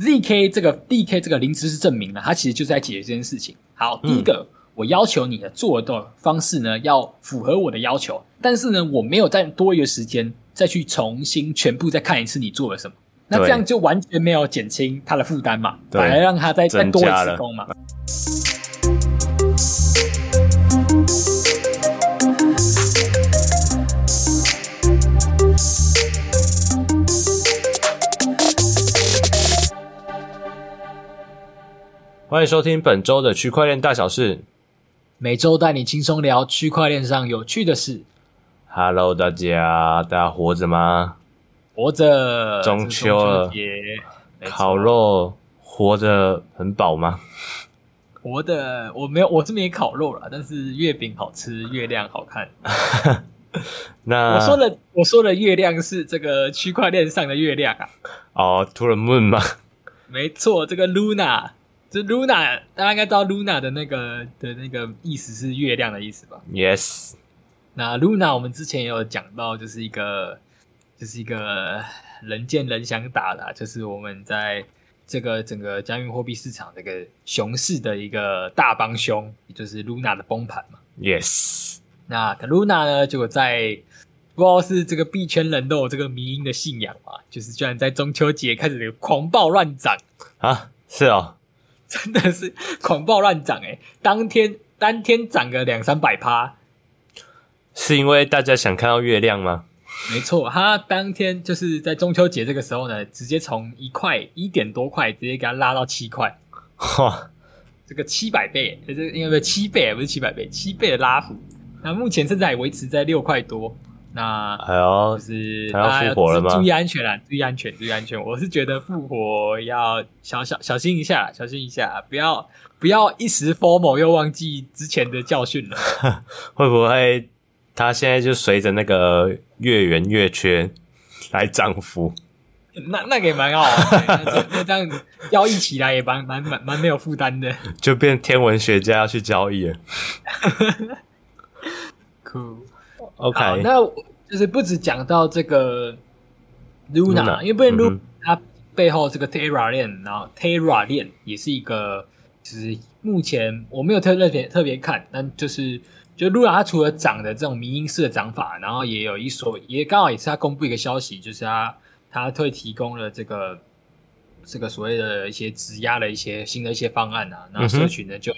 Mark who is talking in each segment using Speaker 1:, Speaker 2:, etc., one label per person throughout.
Speaker 1: ZK 这个 DK 这个零知识证明呢，它其实就是在解决这件事情。好，第
Speaker 2: 嗯
Speaker 1: 一个，我要求你的做的方式呢要符合我的要求，但是呢，我没有再多余的时间再去重新全部再看一次你做了什么。那
Speaker 2: 对
Speaker 1: 这样就完全没有减轻他的负担嘛，
Speaker 2: 对
Speaker 1: 反而让他再再多
Speaker 2: 增加
Speaker 1: 一
Speaker 2: 了
Speaker 1: 次工嘛。
Speaker 2: 欢迎收听本周的区块链大小事。
Speaker 1: 每周带你轻松聊区块链上有趣的事，
Speaker 2: Hello，大家，大家活着吗？
Speaker 1: 活着
Speaker 2: 中秋了
Speaker 1: 这是中秋节没错
Speaker 2: 烤肉活着很饱吗？
Speaker 1: 活的我没有，我是没烤肉啦，但是月饼好吃，月亮好看。
Speaker 2: 那呃
Speaker 1: 我说的我说的月亮是这个区块链上的月亮啊，
Speaker 2: 哦，突然问吗？
Speaker 1: 没错，这个 Luna，这 Luna 大家应该知道 Luna 的那个的那个意思是月亮的意思吧？
Speaker 2: Yes，
Speaker 1: 那 Luna 我们之前也有讲到，就是一个就是一个人见人想打的啊、就是我们在这个整个加密货币市场这个熊市的一个大帮凶，也就是 Luna 的崩盘嘛。
Speaker 2: Yes，
Speaker 1: 那可 Luna 呢，结果在不知道是这个币圈人都有这个迷因的信仰嘛，就是居然在中秋节开始狂暴乱涨，
Speaker 2: 啊，是哦，
Speaker 1: 真的是狂暴乱涨诶、欸当天当天涨个两三百趴，
Speaker 2: 是因为大家想看到月亮吗？
Speaker 1: 没错，他当天就是在中秋节这个时候呢，直接从一块一点多块，直接给他拉到七块，
Speaker 2: 哇，
Speaker 1: 这个七百倍，欸这是因为七倍不是七百倍，七倍的拉幅。那目前现在还维持在六块多，那
Speaker 2: 哎呦
Speaker 1: 就，是
Speaker 2: 他要
Speaker 1: 大家
Speaker 2: 复活了吗
Speaker 1: 注注意安全啦，注意安全，注意安全。我是觉得复活要小小小心一下啦，小心一下，不要不要一时 formal 又忘记之前的教训了。
Speaker 2: 会不会它现在就随着那个月圆月缺来涨幅？
Speaker 1: 那那个也蛮好玩的，那这那这样交易起来也蛮蛮蛮蛮没有负担的。
Speaker 2: 就变天文学家要去交易了。
Speaker 1: 酷。好，
Speaker 2: OK，
Speaker 1: 那我就是不止讲到这个 Luna，
Speaker 2: Luna，
Speaker 1: 因为不然 Luna
Speaker 2: 嗯哼
Speaker 1: 它背后这个 Terra 链，然后 Terra 链也是一个，就是目前我没有特特别特别看，但就是就 Luna 它除了涨的这种民音式的涨法，然后也有一所也刚好也是它公布一个消息，就是它它会提供了这个。这个所谓的一些质押的一些新的一些方案啊，然后
Speaker 2: 嗯
Speaker 1: 社
Speaker 2: 哼
Speaker 1: 群呢就、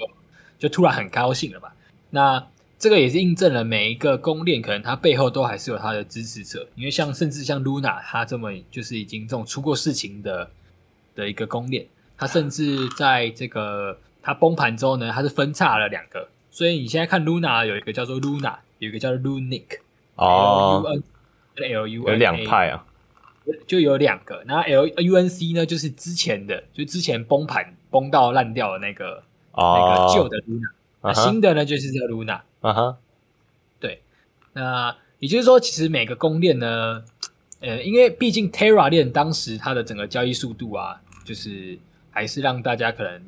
Speaker 1: 就突然很高兴了吧？那这个也是印证了每一个公链，可能它背后都还是有它的支持者，因为像甚至像 Luna，它这么就是已经这种出过事情的的一个公链，它甚至在这个它崩盘之后呢，它是分叉了两个，所以你现在看 Luna 有一个叫做 Luna，有一个叫做 Lunic，
Speaker 2: 哦，
Speaker 1: ，L U
Speaker 2: 有两派啊。
Speaker 1: 就有两个，那 L 呃 U N C 呢就是之前的，就之前崩盘崩到烂掉的那个、那
Speaker 2: 哦，
Speaker 1: 个旧的 Luna，、那
Speaker 2: 啊哈
Speaker 1: 新的呢就是这个 Luna，
Speaker 2: 啊哈，
Speaker 1: 那也就是说，其实每个公链呢，呃，因为毕竟 Terra 链当时它的整个交易速度啊，就是还是让大家可能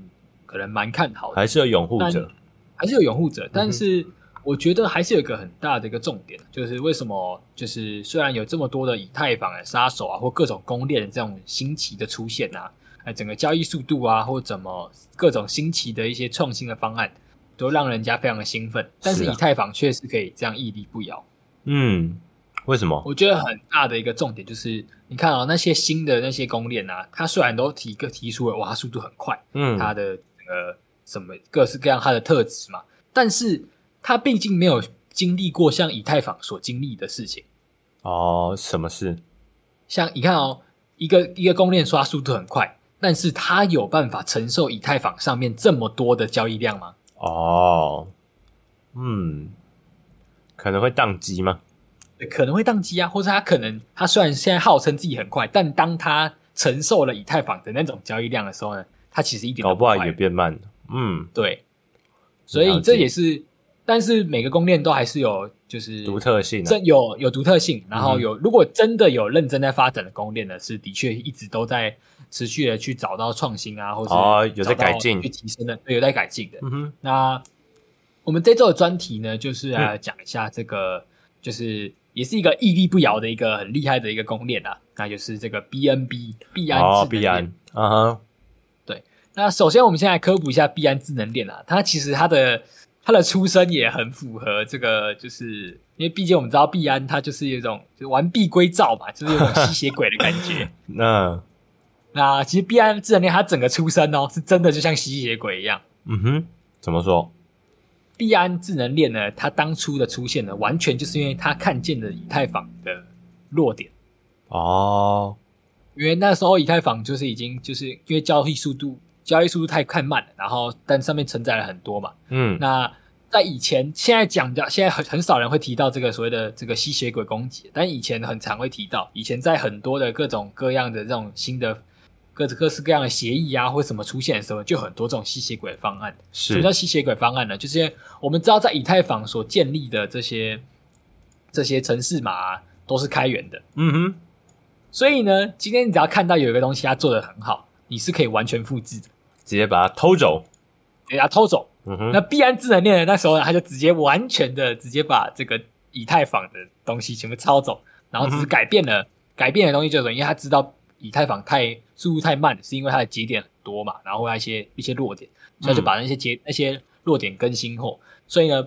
Speaker 1: 可能蛮看好的，
Speaker 2: 还是有拥护
Speaker 1: 但
Speaker 2: 者。嗯
Speaker 1: 还是有拥护者，但是我觉得还是有一个很大的一个重点，就是为什么就是虽然有这么多的以太坊的杀手啊，或各种公链这种新奇的出现啊，哎，整个交易速度啊，或怎么各种新奇的一些创新的方案，都让人家非常的兴奋，但是
Speaker 2: 是啊
Speaker 1: 以太坊确实可以这样屹立不摇。
Speaker 2: 嗯，为什么？
Speaker 1: 我觉得很大的一个重点就是，你看啊、那些新的那些公链啊，它虽然都提个提出了，哇，它速度很快，
Speaker 2: 嗯，
Speaker 1: 它的呃什么各式各样它的特质嘛，但是它毕竟没有经历过像以太坊所经历的事情。
Speaker 2: 哦，什么事？
Speaker 1: 像你看哦，一个一个公链刷速度很快，但是它有办法承受以太坊上面这么多的交易量吗？
Speaker 2: 哦，嗯，可能会宕机吗？
Speaker 1: 可能会宕机啊，或者他可能他虽然现在号称自己很快，但当他承受了以太坊的那种交易量的时候呢，他其实一点都
Speaker 2: 搞不好
Speaker 1: 快
Speaker 2: 也变慢了。嗯，
Speaker 1: 对，所以
Speaker 2: 了
Speaker 1: 这
Speaker 2: 解
Speaker 1: 也是，但是每个公链都还是有就是
Speaker 2: 独特性啊
Speaker 1: 这有有独特性，然后
Speaker 2: 嗯
Speaker 1: 有、如果真的有认真在发展的供应链呢，是的确一直都在持续的去找到创新啊，或者
Speaker 2: 哦有在
Speaker 1: 找到
Speaker 2: 改进
Speaker 1: 去提升的，对，有在改进的。
Speaker 2: 嗯哼，
Speaker 1: 那我们这周的专题呢，就是来、
Speaker 2: 嗯
Speaker 1: 讲一下这个，就是也是一个屹立不摇的一个很厉害的一个供应链啊，那就是这个 BNB 币安
Speaker 2: 哦，
Speaker 1: 智能
Speaker 2: 必
Speaker 1: 链
Speaker 2: 然，啊哈，
Speaker 1: 那首先我们先来科普一下币安智能链啊，它其实它的它的出身也很符合这个，就是因为毕竟我们知道币安它就是有一种就是完璧归赵嘛，就是有种吸血鬼的感觉。
Speaker 2: 那
Speaker 1: 那其实币安智能链它整个出身哦，是真的就像吸血鬼一样。
Speaker 2: 嗯哼，怎么说？
Speaker 1: 币安智能链呢，它当初的出现呢，完全就是因为它看见了以太坊的弱点，
Speaker 2: 哦，
Speaker 1: 因为那时候以太坊就是已经就是因为交易速度交易速度太太慢了，然后但上面承载了很多嘛。
Speaker 2: 嗯，
Speaker 1: 那在以前，现在讲的现在很很少人会提到这个所谓的这个吸血鬼攻击，但以前很常会提到。以前在很多的各种各样的这种新的各各式各样的协议啊，或什么出现的时候，就很多这种吸血鬼方案。什
Speaker 2: 是
Speaker 1: 么叫吸血鬼方案呢？就是因为我们知道在以太坊所建立的这些这些城市码啊、都是开源的，
Speaker 2: 嗯哼，
Speaker 1: 所以呢，今天你只要看到有一个东西它做的很好，你是可以完全复制的，
Speaker 2: 直接把它偷走。
Speaker 1: 给它偷走。
Speaker 2: 嗯哼，
Speaker 1: 那必安智能链呢？那时候呢，他就直接完全的直接把这个以太坊的东西全部抄走，然后只
Speaker 2: 嗯
Speaker 1: 是
Speaker 2: 哼
Speaker 1: 改变了、改变的东西，就是因为他知道以太坊太速度太慢，是因为它的节点很多嘛，然后它一些一些弱点，所以他就把那些节、
Speaker 2: 嗯
Speaker 1: 那些弱点更新后，所以呢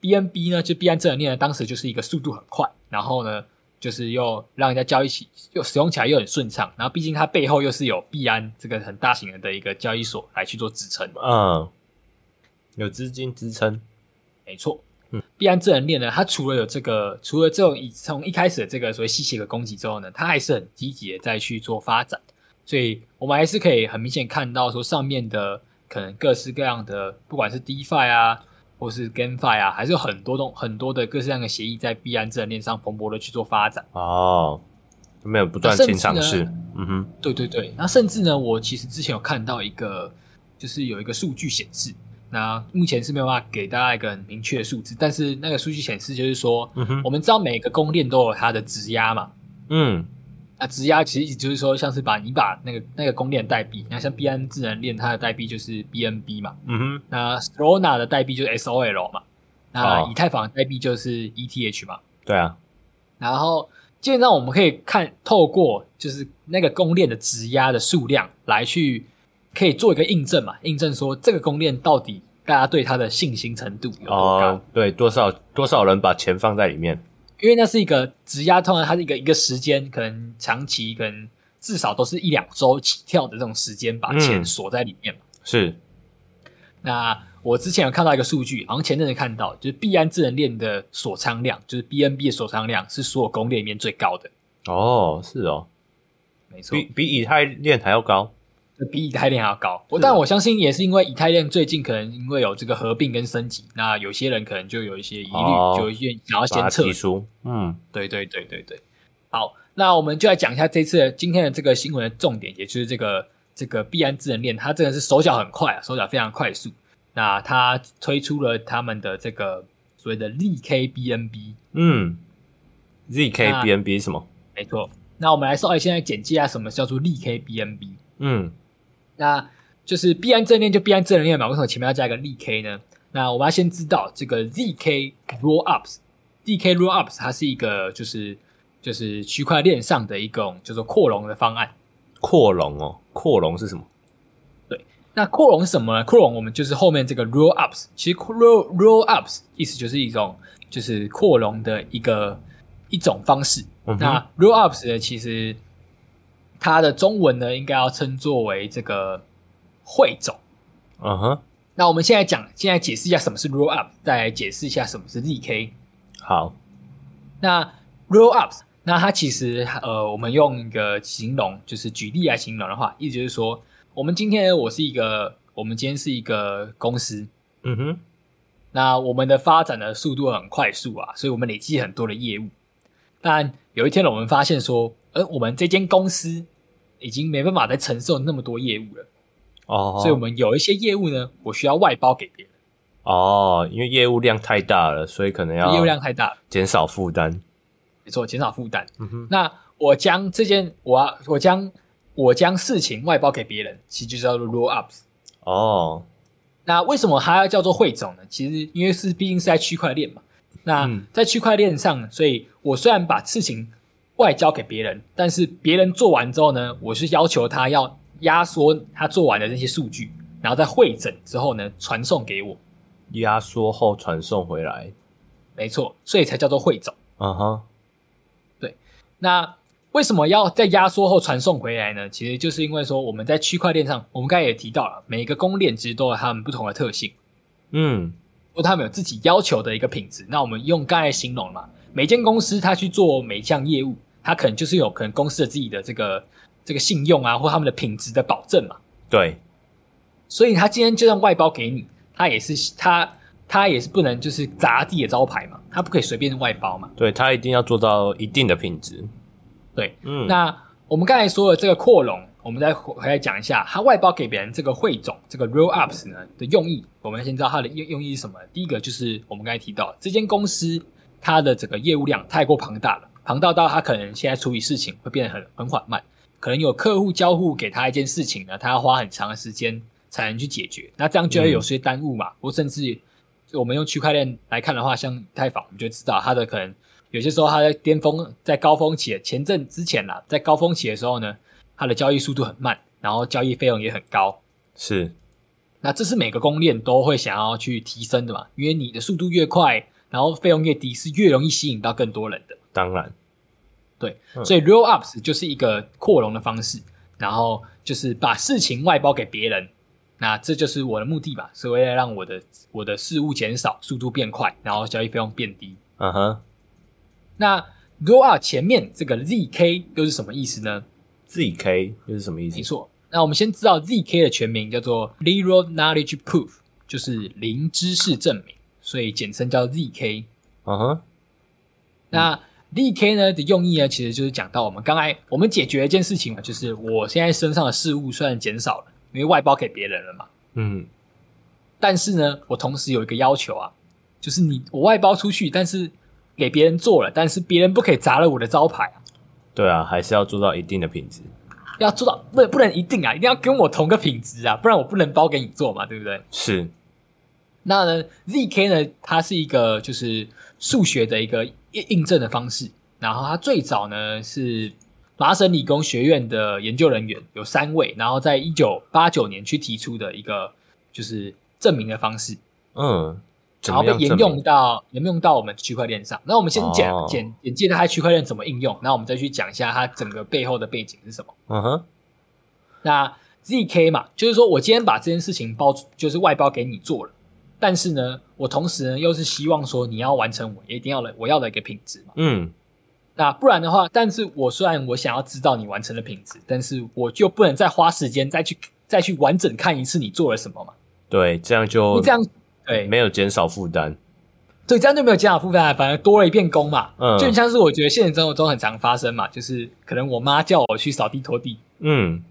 Speaker 1: ，BNB 呢就 B 安智能链呢，当时就是一个速度很快，然后呢。就是又让人家交易起，又使用起来又很顺畅，然后毕竟它背后又是有币安这个很大型的一个交易所来去做支撑，
Speaker 2: 嗯，有资金支撑。
Speaker 1: 没错，
Speaker 2: 嗯，
Speaker 1: 必然智能链呢，它除了有这个，除了这种以从一开始的这个所谓吸血的攻击之后呢，它还是很积极的在去做发展，所以我们还是可以很明显看到说上面的可能各式各样的，不管是 DeFi 啊，或是 GameFi 啊，还是有很多种很多的各式各样的协议在必然智能链上蓬勃的去做发展。
Speaker 2: 哦，没有不断
Speaker 1: 甚
Speaker 2: 新
Speaker 1: 至
Speaker 2: 尝
Speaker 1: 呢
Speaker 2: 试。嗯哼，
Speaker 1: 对对对，那甚至呢，我其实之前有看到一个，就是有一个数据显示，那目前是没有办法给大家一个很明确的数字，但是那个数据显示就是说，
Speaker 2: 嗯哼
Speaker 1: 我，们知道每个供链都有它的质押嘛，
Speaker 2: 嗯，
Speaker 1: 那质押其实就是说，像是把你把那个那个供链的代币，那像 B N 智能链它的代币就是 B N B 嘛，
Speaker 2: 嗯哼，
Speaker 1: 那 Solana 的代币就是 S O L 嘛，那
Speaker 2: 哦
Speaker 1: 以太坊的代币就是 E T H 嘛，
Speaker 2: 对啊，
Speaker 1: 然后基本上我们可以看透过就是那个供链的质押的数量来去可以做一个印证嘛，印证说这个供链到底大家对它的信心程度有多高。
Speaker 2: 哦，对，多少多少人把钱放在里面？
Speaker 1: 因为那是一个质押，通常它是一个一个时间，可能长期，可能至少都是一两周起跳的这种时间，把钱
Speaker 2: 嗯
Speaker 1: 锁在里面嘛。
Speaker 2: 是，
Speaker 1: 那我之前有看到一个数据，好像前阵子看到，就是币安智能链的锁仓量，就是 BNB 的锁仓量是所有公链里面最高的，
Speaker 2: 哦，是哦，
Speaker 1: 没错
Speaker 2: 比，比以太链还要高。
Speaker 1: 比以太链还要高。我
Speaker 2: 是
Speaker 1: 但我相信也是因为以太链最近可能因为有这个合并跟升级，那有些人可能就有一些疑虑，
Speaker 2: 哦
Speaker 1: 就愿意想要
Speaker 2: 把
Speaker 1: 先
Speaker 2: 它
Speaker 1: 撤
Speaker 2: 提出，嗯，
Speaker 1: 对对对对对，好，那我们就来讲一下这次的今天的这个新闻的重点，也就是这个这个币安智能链，它真的是手脚很快啊，手脚非常快速。那它推出了他们的这个所谓的利 k BNB，
Speaker 2: 嗯
Speaker 1: 那
Speaker 2: ，ZKBNB 是什么？
Speaker 1: 没错。那我们来稍微现在简介一下什么叫做利 k BNB。
Speaker 2: 嗯，
Speaker 1: 那就是必然正念就必然正念嘛，为什么前面要加一个利 K 呢？那我们要先知道这个 ZK roll ups，DK roll ups 它是一个就是就是区块链上的一种叫做扩容的方案。
Speaker 2: 扩容哦，扩容是什么？
Speaker 1: 那扩容是什么呢？扩容我们就是后面这个 roll ups，其实 roll roll ups 意思就是一种就是扩容的一个一种方式。
Speaker 2: 嗯哼，
Speaker 1: 那 roll ups 呢，其实它的中文呢应该要称作为这个汇总。
Speaker 2: 嗯哼，
Speaker 1: 那我们现在讲，现在解释一下什么是 roll up，再来解释一下什么是 DK。
Speaker 2: 好，
Speaker 1: 那 roll up，那它其实呃，我们用一个形容，就是举例来形容的话，意思就是说，我们今天我是一个，我们今天是一个公司，
Speaker 2: 嗯哼，
Speaker 1: 那我们的发展的速度很快速啊，所以我们累积很多的业务。但有一天我们发现说，呃，我们这间公司已经没办法再承受那么多业务了，
Speaker 2: 哦，
Speaker 1: 所以我们有一些业务呢，我需要外包给别人，
Speaker 2: 哦，因为业务量太大了，所以可能要
Speaker 1: 业务量太大了，
Speaker 2: 减少负担。
Speaker 1: 没错，减少负担。
Speaker 2: 嗯哼，
Speaker 1: 那我将这件，我啊我将我将事情外包给别人，其实就叫做 roll up。
Speaker 2: 哦，
Speaker 1: 那为什么它要叫做汇总呢？其实因为是毕竟是在区块链嘛。那
Speaker 2: 嗯
Speaker 1: 在区块链上，所以我虽然把事情外交给别人，但是别人做完之后呢，我是要求他要压缩他做完的那些数据，然后再会诊之后呢，传送给我。
Speaker 2: 压缩后传送回来。
Speaker 1: 没错，所以才叫做汇总。
Speaker 2: 嗯哼，
Speaker 1: 那为什么要在压缩后传送回来呢？其实就是因为说我们在区块链上，我们刚才也提到了，每个公链其实都有它们不同的特性，
Speaker 2: 嗯，
Speaker 1: 或他们有自己要求的一个品质。那我们用刚才形容嘛，每间公司它去做每一项业务，它可能就是有可能公司的自己的这个这个信用啊，或他们的品质的保证嘛。
Speaker 2: 对，
Speaker 1: 所以他今天就算外包给你，他也是他他也是不能就是砸自己的招牌嘛，他不可以随便外包嘛。
Speaker 2: 对，它一定要做到一定的品质。
Speaker 1: 对，
Speaker 2: 嗯，
Speaker 1: 那我们刚才说的这个扩容，我们再回回来讲一下，它外包给别人这个汇总这个 roll ups 呢的用意。我们先知道它的用用意是什么。第一个就是我们刚才提到，这间公司它的整个业务量太过庞大了，庞大到它可能现在处理事情会变得很很缓慢，可能有客户交互给他一件事情呢，他要花很长的时间才能去解决，那这样就会有些耽误嘛，或甚至。我们用区块链来看的话，像以太坊，我们就知道它的可能有些时候它在巅峰、在高峰期的前阵之前啦，在高峰期的时候呢，它的交易速度很慢，然后交易费用也很高。
Speaker 2: 是，
Speaker 1: 那这是每个公链都会想要去提升的嘛，因为你的速度越快，然后费用越低，是越容易吸引到更多人的。
Speaker 2: 当然，
Speaker 1: 对，
Speaker 2: 嗯
Speaker 1: 所以 roll ups 就是一个扩容的方式，然后就是把事情外包给别人。那这就是我的目的吧，是为了让我的我的事物减少，速度变快，然后交易费用变低。
Speaker 2: 嗯哼
Speaker 1: 那 roll up 前面这个 zk 又是什么意思呢？
Speaker 2: ，ZK 又是什么
Speaker 1: 没
Speaker 2: 意思？
Speaker 1: 错，那我们先知道 zk 的全名叫做 zero knowledge proof，就是零知识证明，所以简称叫 zk。
Speaker 2: 嗯哼，
Speaker 1: 那 DK 呢的用意呢，其实就是讲到我们刚才我们解决一件事情嘛，就是我现在身上的事物虽然减少了，因为外包给别人了嘛，
Speaker 2: 嗯，
Speaker 1: 但是呢，我同时有一个要求啊，就是你我外包出去，但是给别人做了，但是别人不可以砸了我的招牌啊，
Speaker 2: 对啊，还是要做到一定的品质。
Speaker 1: 要做到不不能一定啊，一定要跟我同个品质啊，不然我不能包给你做嘛，对不对？
Speaker 2: 是，
Speaker 1: 那呢，ZK 呢，它是一个就是数学的一个印印证的方式。然后它最早呢是麻省理工学院的研究人员有三位，然后在一九八九年去提出的一个就是证明的方式，
Speaker 2: 嗯，怎
Speaker 1: 然后
Speaker 2: 么
Speaker 1: 被
Speaker 2: 样
Speaker 1: 沿
Speaker 2: 证
Speaker 1: 用
Speaker 2: 明？
Speaker 1: 到沿用到我们区块链上。那我们先简
Speaker 2: 哦
Speaker 1: 简简介它区块链怎么应用，然后我们再去讲一下它整个背后的背景是什么。
Speaker 2: 嗯哼，
Speaker 1: 那 ZK 嘛，就是说我今天把这件事情包，就是外包给你做了，但是呢，我同时呢又是希望说你要完成我一定要的我要的一个品质嘛。
Speaker 2: 嗯，
Speaker 1: 那不然的话，但是我虽然我想要知道你完成的品质，但是我就不能再花时间再去再去完整看一次你做了什么嘛。
Speaker 2: 对，这样就
Speaker 1: 你这样对，
Speaker 2: 没有减少负担。
Speaker 1: 对，这样就没有减少负担，啊反而多了一片工嘛。
Speaker 2: 嗯
Speaker 1: 就很像是我觉得现实生活中很常发生嘛，就是可能我妈叫我去扫地拖地，
Speaker 2: 嗯，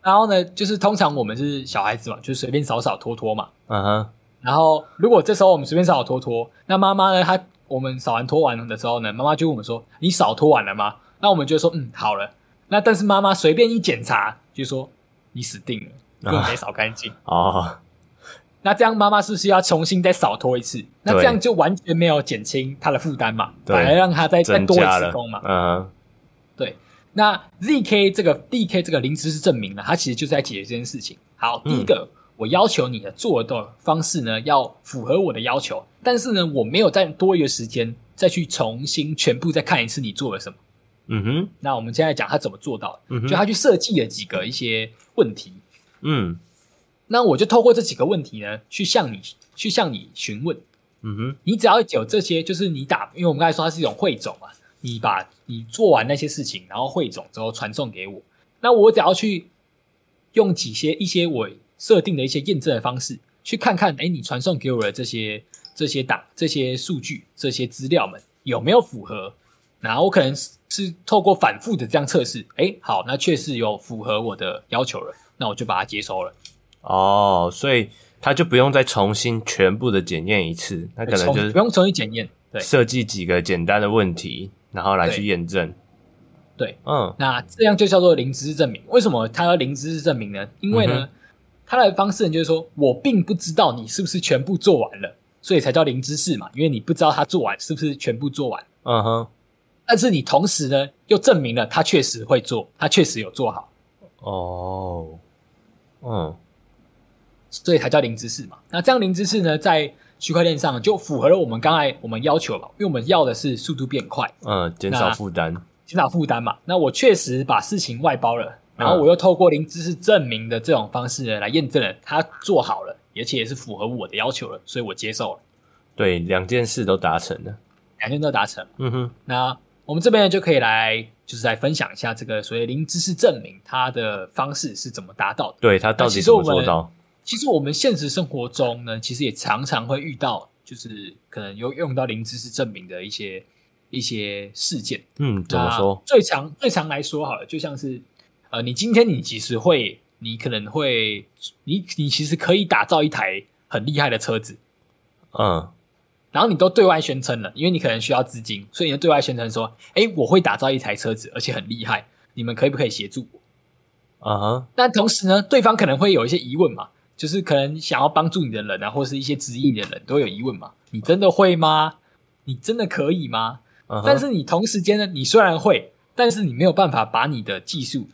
Speaker 1: 然后呢，就是通常我们是小孩子嘛，就随便扫扫拖拖嘛。
Speaker 2: 嗯哼，
Speaker 1: 然后如果这时候我们随便扫扫拖拖，那妈妈呢，她我们扫完拖完的时候呢，妈妈就问我们说：“你扫拖完了吗？”那我们就说：“嗯，好了。”那但是妈妈随便一检查就说：“你死定了，根
Speaker 2: 啊
Speaker 1: 本没扫干净。
Speaker 2: 哦，
Speaker 1: 那这样妈妈是不是要重新再扫拖一次？那
Speaker 2: 对
Speaker 1: 这样就完全没有减轻她的负担嘛，
Speaker 2: 对
Speaker 1: 反而让她再再
Speaker 2: 增
Speaker 1: 多一
Speaker 2: 加
Speaker 1: 次
Speaker 2: 了
Speaker 1: 工嘛。。
Speaker 2: 嗯哼，
Speaker 1: 对，那 ZK 这个 DK 这个零知识证明呢，它其实就是在解决这件事情。好，
Speaker 2: 嗯
Speaker 1: 第一个，我要求你的做的方式呢，要符合我的要求，但是呢，我没有再多余的时间再去重新全部再看一次你做了什么。
Speaker 2: 嗯哼，
Speaker 1: 那我们现在讲他怎么做到的，
Speaker 2: 嗯哼
Speaker 1: 就他去设计了几个一些问题，
Speaker 2: 嗯，
Speaker 1: 那我就透过这几个问题呢，去向你去向你询问。
Speaker 2: 嗯哼，
Speaker 1: 你只要有这些，就是你打，因为我们刚才说它是一种汇总嘛，你把你做完那些事情，然后汇总之后传送给我，那我只要去用几些一些我设定的一些验证的方式，去看看，哎，你传送给我的这些这些档、这些数据、这些资料们有没有符合？然后我可能是是透过反复的这样测试，哎，好，那确实有符合我的要求了，那我就把它接收了。
Speaker 2: 哦，所以他就不用再重新全部的检验一次，他可
Speaker 1: 重
Speaker 2: 能就
Speaker 1: 不
Speaker 2: 是
Speaker 1: 用重新检验，对。
Speaker 2: 设计几个简单的问题，然后来去
Speaker 1: 对
Speaker 2: 验证。
Speaker 1: 对，
Speaker 2: 嗯，
Speaker 1: 那这样就叫做零知识证明。为什么它要零知识证明呢？因为
Speaker 2: 嗯
Speaker 1: 呢，它的方式就是说我并不知道你是不是全部做完了，所以才叫零知识嘛。因为你不知道他做完是不是全部做完，
Speaker 2: 嗯哼，
Speaker 1: 但是你同时呢又证明了他确实会做，他确实有做好。
Speaker 2: 哦，嗯，
Speaker 1: 所以才叫零知识嘛。那这样零知识呢，在区块链上就符合了我们刚才我们要求吧，因为我们要的是速度变快，
Speaker 2: 嗯，减少负担。
Speaker 1: 减少负担嘛。那我确实把事情外包了，然后我又透过零知识证明的这种方式呢来验证了他做好了，而且也是符合我的要求了，所以我接受了，
Speaker 2: 对，两件事都达成了。
Speaker 1: 两件都达成了。
Speaker 2: 嗯哼，
Speaker 1: 那我们这边呢就可以来就是来分享一下这个所谓零知识证明它的方式是怎么达到的。
Speaker 2: 对他到
Speaker 1: 那其
Speaker 2: 底
Speaker 1: 实
Speaker 2: 怎么
Speaker 1: 我们
Speaker 2: 做到？
Speaker 1: 其实我们现实生活中呢，其实也常常会遇到，就是可能有用到零知识证明的一些一些事件。
Speaker 2: 嗯，怎么
Speaker 1: 那
Speaker 2: 说？
Speaker 1: 最常最常来说好了，就像是呃，你今天你其实会，你可能会，你你其实可以打造一台很厉害的车子，
Speaker 2: 嗯，
Speaker 1: 然后你都对外宣称了，因为你可能需要资金，所以你就对外宣称说，哎，我会打造一台车子，而且很厉害，你们可以不可以协助我？
Speaker 2: 啊哈，
Speaker 1: 那同时呢，对方可能会有一些疑问嘛，就是可能想要帮助你的人啊，或是一些质疑你的人都会有疑问嘛。你真的会吗？你真的可以吗？
Speaker 2: 啊哈
Speaker 1: 但是你同时间呢，你虽然会，但是你没有办法把你的技术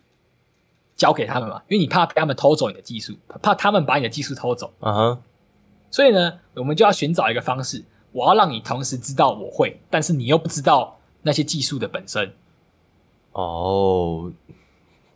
Speaker 1: 交给他们嘛，因为你怕被他们偷走你的技术，怕他们把你的技术偷走。
Speaker 2: 啊哈，
Speaker 1: 所以呢，我们就要寻找一个方式，我要让你同时知道我会，但是你又不知道那些技术的本身。
Speaker 2: 哦，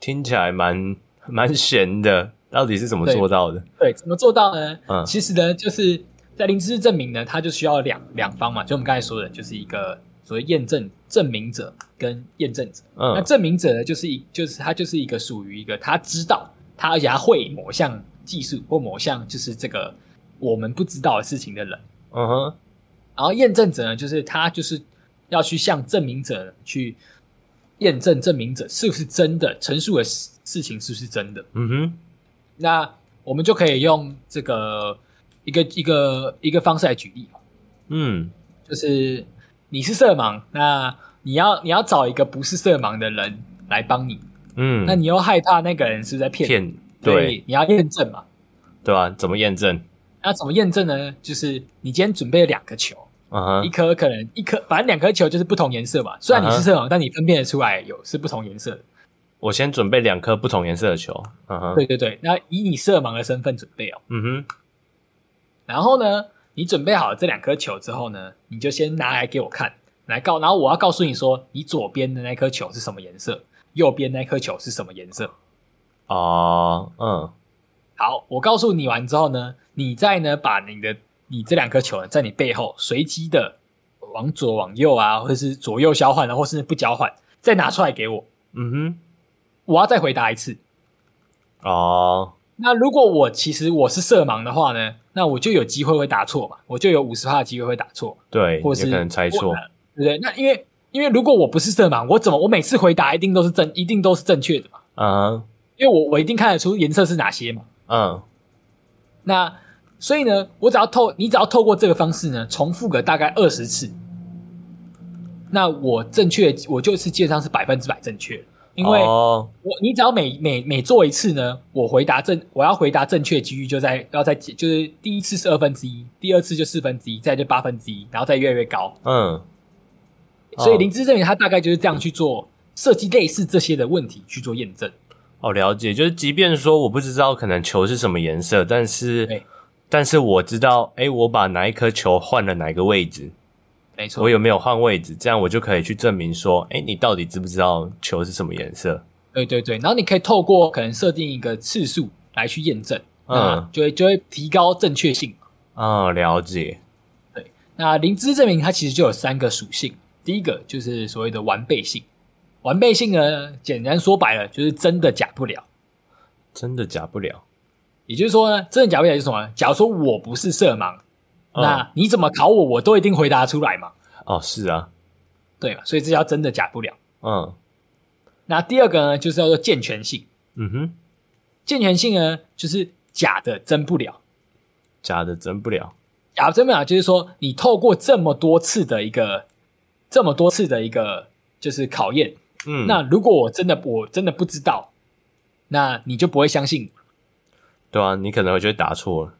Speaker 2: 听起来蛮蛮悬的，到底是怎么
Speaker 1: 对
Speaker 2: 做到的？
Speaker 1: 对，怎么做到呢？
Speaker 2: 嗯
Speaker 1: 其实呢，就是在零知识证明呢，它就需要两两方嘛，就我们刚才说的，就是一个所谓验证证明者跟验证者。那
Speaker 2: 嗯
Speaker 1: 证明者呢，就是一就是他就是一个属于一个他知道他而且他会某项技术或某项就是这个我们不知道的事情的人。
Speaker 2: 嗯哼，
Speaker 1: 然后验证者呢，就是他就是要去向证明者去验证证明者是不是真的陈述的事事情是不是真的。
Speaker 2: 嗯哼，
Speaker 1: 那我们就可以用这个一个一个一个方式来举例嘛，
Speaker 2: 嗯
Speaker 1: 就是你是色盲，那你要你要找一个不是色盲的人来帮你，
Speaker 2: 嗯，
Speaker 1: 那你又害怕那个人是不是在骗你，
Speaker 2: 骗
Speaker 1: 所
Speaker 2: 对
Speaker 1: 以你要验证嘛。
Speaker 2: 对吧？怎么验证？
Speaker 1: 那怎么验证呢？就是你今天准备了两个球，
Speaker 2: 啊哈
Speaker 1: 一，颗可能一颗，反正两颗球就是不同颜色嘛。虽然你
Speaker 2: 嗯
Speaker 1: 是
Speaker 2: 哼嗯
Speaker 1: 色盲，但你分辨得出来有是不同颜色的。
Speaker 2: 我先准备两颗不同颜色的球。嗯哼，
Speaker 1: 对对对，那以你色盲的身份准备哦。
Speaker 2: 嗯哼，
Speaker 1: 然后呢，你准备好这两颗球之后呢，你就先拿来给我看，来告，然后我要告诉你说，你左边的那颗球是什么颜色，右边那颗球是什么颜色。
Speaker 2: 哦，嗯
Speaker 1: 好，我告诉你完之后呢，你再呢把你的你这两颗球呢在你背后随机的往左往右啊，或者是左右交换啊，或是不交换，再拿出来给我，
Speaker 2: 嗯
Speaker 1: 我要再回答一次。
Speaker 2: 哼，哦，
Speaker 1: 那如果我其实我是色盲的话呢，那我就有机会会答错嘛，我就有五十的机会会答错。
Speaker 2: 对，
Speaker 1: 或
Speaker 2: 哎有
Speaker 1: 是
Speaker 2: 可能猜错
Speaker 1: 我。对不对？那因为因为如果我不是色盲，我怎么我每次回答一定都是正，一定都是正确的嘛？
Speaker 2: 嗯哼，
Speaker 1: 因为我我一定看得出颜色是哪些嘛。
Speaker 2: 嗯
Speaker 1: 那所以呢，我只要透你只要透过这个方式呢，重复个大概二十次，那我正确我就是基本上是百分之百正确，因为我、
Speaker 2: 哦，
Speaker 1: 你只要每每每做一次呢，我回答正我要回答正确几率就在要在就是第一次是二分之一，第二次就四分之一，再就八分之一，然后再越来越高。
Speaker 2: 嗯
Speaker 1: 所以
Speaker 2: 哦
Speaker 1: 灵芝证明它大概就是这样去做设计类似这些的问题去做验证。
Speaker 2: 哦，了解，就是即便说我不知道可能球是什么颜色，但是
Speaker 1: 对
Speaker 2: 但是我知道，哎，我把哪一颗球换了哪一个位置，
Speaker 1: 没错
Speaker 2: 我，有没有换位置，这样我就可以去证明说，哎，你到底知不知道球是什么颜色？
Speaker 1: 对对对。然后你可以透过可能设定一个次数来去验证，
Speaker 2: 嗯
Speaker 1: 嗯，就会就会提高正确性。
Speaker 2: 嗯，了解。
Speaker 1: 那灵芝证明它其实就有三个属性，第一个就是所谓的完备性。完备性呢，简单说白了就是真的假不了。
Speaker 2: 真的假不了，
Speaker 1: 也就是说呢，真的假不了就是什么呢？假如说我不是色盲，
Speaker 2: 嗯
Speaker 1: 那你怎么考我，我都一定回答出来嘛，
Speaker 2: 哦，是啊，
Speaker 1: 对吧？所以这叫真的假不了。
Speaker 2: 嗯
Speaker 1: 那第二个呢，就是叫做健全性。
Speaker 2: 嗯哼，
Speaker 1: 健全性呢，就是假的真不了，
Speaker 2: 假的真不了，
Speaker 1: 假的真不了，啊就是说你透过这么多次的一个，这么多次的一个就是考验，
Speaker 2: 嗯，
Speaker 1: 那如果我真的我真的不知道，那你就不会相信我，
Speaker 2: 对啊，你可能就会答错了，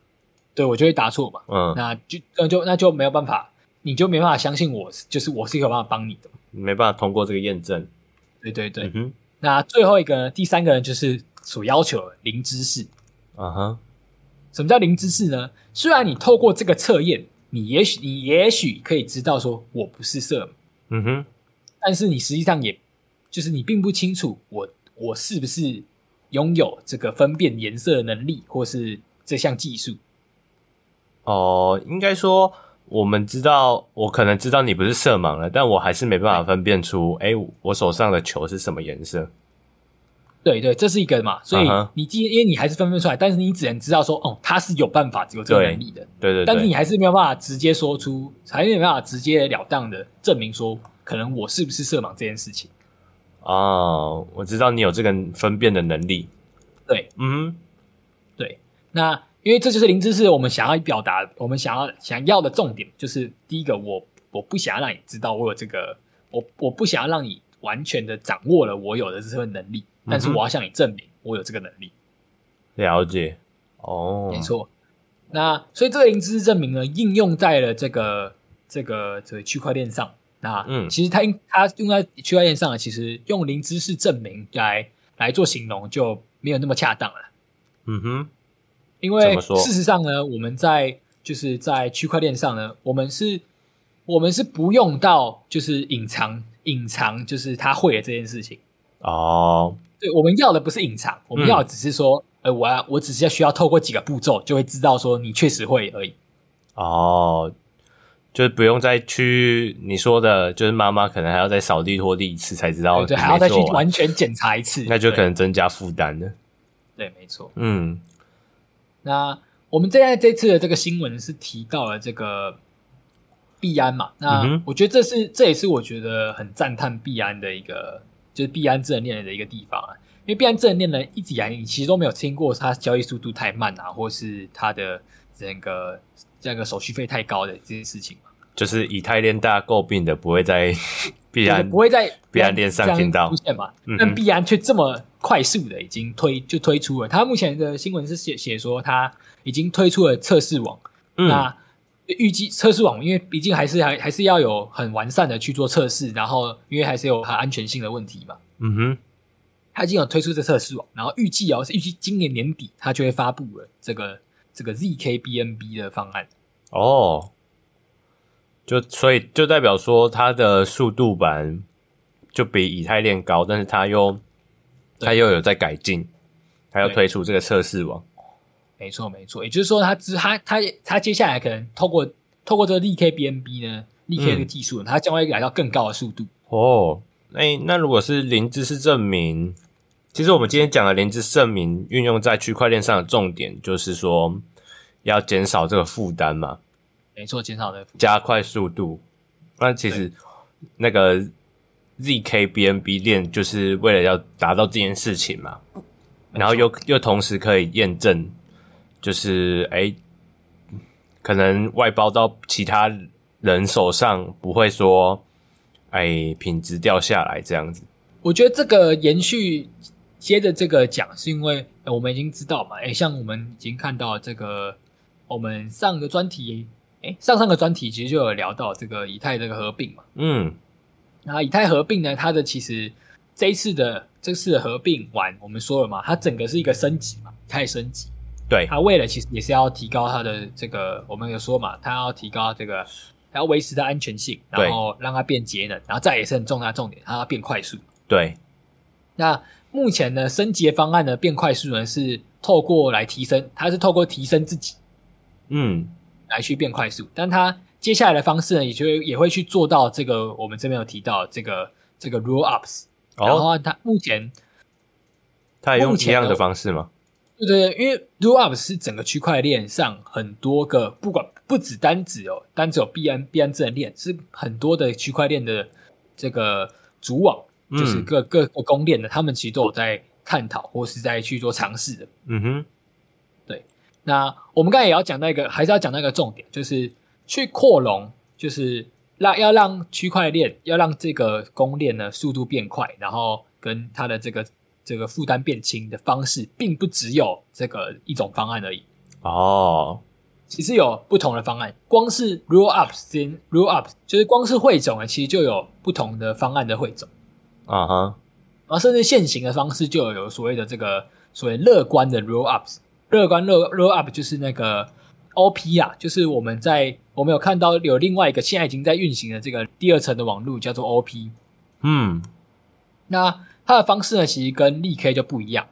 Speaker 1: 对我就会答错嘛，
Speaker 2: 嗯，
Speaker 1: 那就那就那就没有办法，你就没办法相信我，就是我是有办法帮你的，
Speaker 2: 没办法通过这个验证，
Speaker 1: 对对对。
Speaker 2: 嗯哼，
Speaker 1: 那最后一个呢，第三个呢，就是所要求的零知识，
Speaker 2: 啊哈，
Speaker 1: 什么叫零知识呢？虽然你透过这个测验，你也许你也许可以知道说我不是色盲，
Speaker 2: 嗯哼，
Speaker 1: 但是你实际上也就是你并不清楚我我是不是拥有这个分辨颜色的能力，或是这项技术。
Speaker 2: 哦，应该说我们知道，我可能知道你不是色盲了，但我还是没办法分辨出，哎、我手上的球是什么颜色。
Speaker 1: 对对，这是一个嘛，所以
Speaker 2: 嗯哼
Speaker 1: 你既因为你还是分辨不出来，但是你只能知道说，哦、他是有办法有这个
Speaker 2: 对
Speaker 1: 能力的，
Speaker 2: 对对对，
Speaker 1: 但是你还是没有办法直接说出，还是没有办法直截了当的证明说，可能我是不是色盲这件事情。
Speaker 2: 哦，我知道你有这个分辨的能力。
Speaker 1: 对，
Speaker 2: 嗯
Speaker 1: 对，那因为这就是零知识，我们想要表达，我们想要想要的重点就是第一个，我我不想要让你知道我有这个，我我不想要让你完全的掌握了我有的这份能力，但是
Speaker 2: 嗯哼
Speaker 1: 我要向你证明我有这个能力。
Speaker 2: 哼，了解。哦，
Speaker 1: 没，错。那所以这个零知识证明呢，应用在了这个这个这个区块链上。那
Speaker 2: 嗯
Speaker 1: 其实它应它用在区块链上呢，其实用零知识证明来来做形容就没有那么恰当了。
Speaker 2: 嗯哼，
Speaker 1: 因
Speaker 2: 怎
Speaker 1: 为
Speaker 2: 么说
Speaker 1: 事实上呢，我们在就是在区块链上呢，我们是我们是不用到就是隐藏隐藏，就是他会的这件事情。
Speaker 2: 哦，
Speaker 1: 对，我们要的不是隐藏，我们
Speaker 2: 嗯
Speaker 1: 要的只是说，呃，我要我只是要需要透过几个步骤就会知道说你确实会而已。
Speaker 2: 哦，就是不用再去你说的，就是妈妈可能还要再扫地拖地一次才知道
Speaker 1: 对对，
Speaker 2: 你
Speaker 1: 还要
Speaker 2: 没
Speaker 1: 再去
Speaker 2: 做完
Speaker 1: 完全检查一次，
Speaker 2: 那就
Speaker 1: 对
Speaker 2: 可能增加负担了。
Speaker 1: 对，没错。
Speaker 2: 嗯，
Speaker 1: 那我们现在这次的这个新闻是提到了这个币安嘛？
Speaker 2: 嗯
Speaker 1: 那
Speaker 2: 哼
Speaker 1: 我觉得这是这也是我觉得很赞叹币安的一个，就是币安智能链的一个地方啊。因为币安智能链呢，一直以来你其实都没有听过它交易速度太慢啊，或是它的整个这个手续费太高的这件事情嘛，
Speaker 2: 就是以太链大家诟病的不会再 必
Speaker 1: 就是
Speaker 2: 然
Speaker 1: 不会在
Speaker 2: 币安链上
Speaker 1: 这样
Speaker 2: 听到
Speaker 1: 出现嘛。
Speaker 2: 嗯哼
Speaker 1: 但必然却这么快速的已经推就推出了。他目前的新闻是写写说他已经推出了测试网，
Speaker 2: 嗯
Speaker 1: 那预计测试网，因为毕竟还是还还是要有很完善的去做测试，然后因为还是有它安全性的问题嘛。
Speaker 2: 嗯哼
Speaker 1: 他已经有推出这测试网，然后预计哦是预计今年年底他就会发布了这个这个 zkBNB 的方案。
Speaker 2: 哦，就所以就代表说它的速度版就比以太链高，但是它又
Speaker 1: 对
Speaker 2: 它又有在改进，它要
Speaker 1: 对
Speaker 2: 推出这个测试网。
Speaker 1: 没错，没错，也就是说他之他他他接下来可能透过透过这个 zkBNB 呢 zk 这个技术呢，它将会来到更高的速度。
Speaker 2: 哦，那、那如果是零知识证明，其实我们今天讲的零知识证明运用在区块链上的重点，就是说要减少这个负担嘛，
Speaker 1: 没错，减少的负
Speaker 2: 加快速度。那其实那个 zkBNB 链就是为了要达到这件事情嘛，然后又又同时可以验证，就是哎、诶可能外包到其他人手上不会说哎、品质掉下来这样子。
Speaker 1: 我觉得这个延续接着这个讲，是因为、呃我们已经知道嘛，哎，像我们已经看到这个，我们上个专题，哎，上上个专题其实就有聊到这个以太这个合并嘛。
Speaker 2: 嗯
Speaker 1: 那以太合并呢，它的其实这一次的这次的合并完，我们说了嘛，它整个是一个升级嘛，以太升级。，
Speaker 2: 对，
Speaker 1: 它为了其实也是要提高它的这个，我们有说嘛，它要提高这个，它要维持它安全性，
Speaker 2: 对
Speaker 1: 然后让它变节能，然后再也是很重大重点，它要变快速。
Speaker 2: 对，
Speaker 1: 那目前呢，升级的方案呢，变快速呢是透过来提升，它是透过提升自己
Speaker 2: 嗯，
Speaker 1: 来去变快速，但它接下来的方式呢，也就会也会去做到这个我们这边有提到这个这个 roll ups，、然
Speaker 2: 哦，
Speaker 1: 后它目前
Speaker 2: 他也用
Speaker 1: 目
Speaker 2: 一
Speaker 1: 前
Speaker 2: 样的
Speaker 1: 呢
Speaker 2: 方式吗？
Speaker 1: 对对对，因为 roll ups 是整个区块链上很多个，不管不只单只有单只有 B N B N 智能链，是很多的区块链的这个主网，就是
Speaker 2: 嗯
Speaker 1: 各各个公链的，他们其实都有在探讨或是在去做尝试的。
Speaker 2: 嗯哼，
Speaker 1: 那我们刚才也要讲到一个，还是要讲到一个重点，就是去扩容，就是让要让区块链，要让这个公链呢速度变快，然后跟它的这个这个负担变轻的方式，并不只有这个一种方案而已。
Speaker 2: 哦，
Speaker 1: 其实有不同的方案，光是 roll up 先 roll up，就是光是汇总呢，其实就有不同的方案的汇总，
Speaker 2: 啊哈，
Speaker 1: 然后甚至现行的方式就有所谓的这个所谓乐观的 roll ups，乐观 roll roll up 就是那个 OP 啊，就是我们在我们有看到有另外一个现在已经在运行的这个第二层的网路叫做 OP，
Speaker 2: 嗯，
Speaker 1: 那它的方式呢其实跟力 K 就不一样。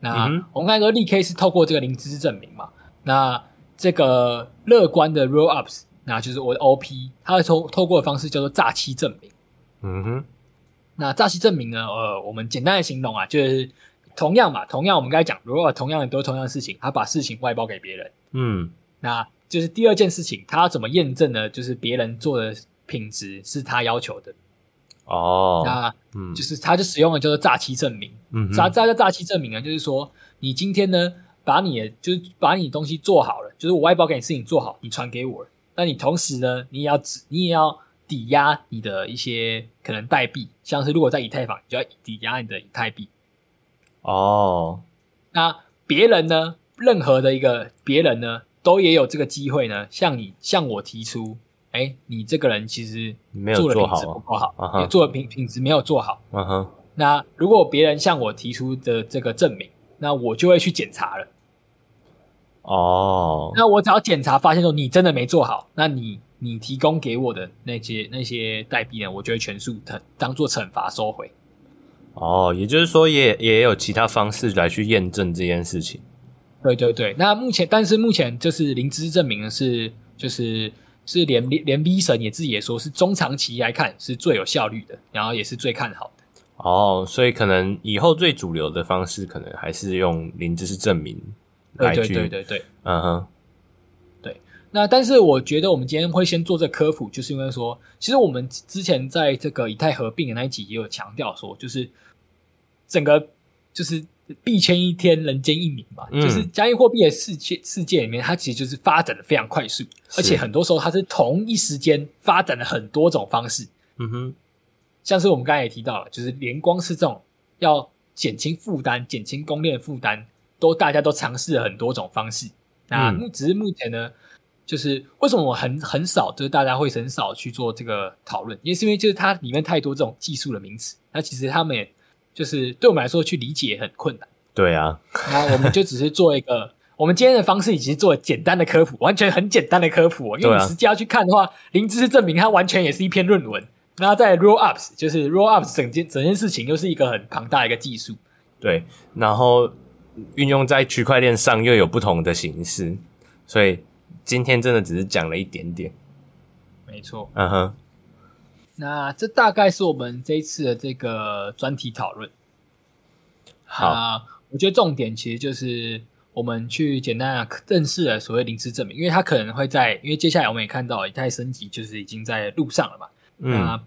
Speaker 1: 那、
Speaker 2: 嗯哼
Speaker 1: 我们刚才说力 K 是透过这个零知识证明嘛，那这个乐观的 roll ups，那就是我的 OP，它透透过的方式叫做诈欺证明。
Speaker 2: 嗯哼，
Speaker 1: 那诈欺证明呢？呃，我们简单的形容啊，就是同样嘛，同样我们刚才讲，如果同样都是同样的事情，他把事情外包给别人，
Speaker 2: 嗯
Speaker 1: 那就是第二件事情，他要怎么验证呢？就是别人做的品质是他要求的，
Speaker 2: 哦，
Speaker 1: 那
Speaker 2: 嗯
Speaker 1: 就是他就使用的叫做诈欺证明。
Speaker 2: 嗯哼
Speaker 1: 啥啥叫诈欺证明呢？就是说你今天呢，把你的就是把你东西做好了，就是我外包给你事情做好，你传给我了，那你同时呢，你也要指你也要抵押你的一些可能代币，像是如果在以太坊，你就要抵押你的以太币。
Speaker 2: 哦，
Speaker 1: 那别人呢，任何的一个别人呢，都也有这个机会呢，向你向我提出，哎、你这个人其实
Speaker 2: 没有
Speaker 1: 做的
Speaker 2: 做
Speaker 1: 品
Speaker 2: 好
Speaker 1: 质不够
Speaker 2: 啊
Speaker 1: 好，
Speaker 2: 哈
Speaker 1: 也做的品品质没有做好。
Speaker 2: 嗯哼，
Speaker 1: 那如果别人向我提出的这个证明，那我就会去检查了。
Speaker 2: 哦，
Speaker 1: 那我只要检查发现说你真的没做好，那你你提供给我的那些那些代币呢，我就会全数惩当做惩罚收回。
Speaker 2: 哦，也就是说也，也有其他方式来去验证这件事情。
Speaker 1: 对对对，那目前但是目前就是零知识证明的是就是是连连 V 神也自己也说是中长期来看是最有效率的，然后也是最看好的。
Speaker 2: 哦，所以可能以后最主流的方式，可能还是用零知识证明来
Speaker 1: 对
Speaker 2: 去，
Speaker 1: 对对对对。
Speaker 2: 嗯哼，
Speaker 1: 那但是我觉得我们今天会先做这科普，就是因为说，其实我们之前在这个以太合并的那一集也有强调说，就是整个就是币圈一天人间一年嘛，
Speaker 2: 嗯
Speaker 1: 就是加密货币的世界世界里面，它其实就是发展的非常快速，
Speaker 2: 是
Speaker 1: 而且很多时候它是同一时间发展了很多种方式，
Speaker 2: 嗯哼，
Speaker 1: 像是我们刚才也提到了，就是连光是这种要减轻负担、减轻供链负担，都大家都尝试了很多种方式。那
Speaker 2: 嗯
Speaker 1: 目只是目前呢，就是为什么我很很少，就是大家会很少去做这个讨论，也是因为就是它里面太多这种技术的名词，那其实他们也就是对我们来说去理解也很困难。
Speaker 2: 对啊，
Speaker 1: 那我们就只是做一个，我们今天的方式已经做简单的科普，完全很简单的科普、哦。因为
Speaker 2: 对啊
Speaker 1: 你实际要去看的话，零知识证明它完全也是一篇论文。那在 roll ups 就是 roll ups 整件整件事情又是一个很庞大的一个技术。
Speaker 2: 对，然后运用在区块链上又有不同的形式，所以今天真的只是讲了一点点。
Speaker 1: 没错，
Speaker 2: 嗯哼，
Speaker 1: 那这大概是我们这一次的这个专题讨论。
Speaker 2: 好，
Speaker 1: 那我觉得重点其实就是我们去简单的认识了所谓零知识证明，因为它可能会在，因为接下来我们也看到以太升级就是已经在路上了嘛。
Speaker 2: 嗯
Speaker 1: 那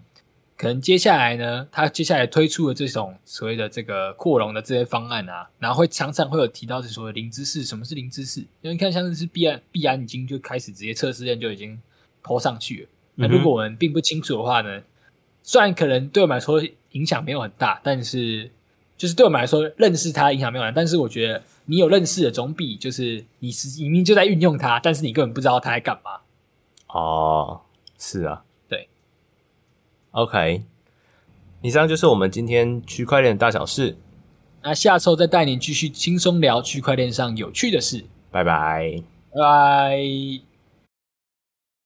Speaker 1: 可能接下来呢，他接下来推出的这种所谓的这个扩容的这些方案啊，然后会常常会有提到这所谓的零知识，什么是零知识？因为你看像是币安，币安已经就开始直接测试链就已经抛上去了。那
Speaker 2: 嗯哼
Speaker 1: 如果我们并不清楚的话呢，虽然可能对我们来说影响没有很大，但是就是对我们来说认识它影响没有很大，但是我觉得你有认识的总比就是你实际明明就在运用它，但是你根本不知道它在干嘛。
Speaker 2: 哦，是啊，
Speaker 1: 对
Speaker 2: ，OK，以上就是我们今天区块链的大小事，
Speaker 1: 那下周再带你继续轻松聊区块链上有趣的事。
Speaker 2: 拜拜。
Speaker 1: 拜拜。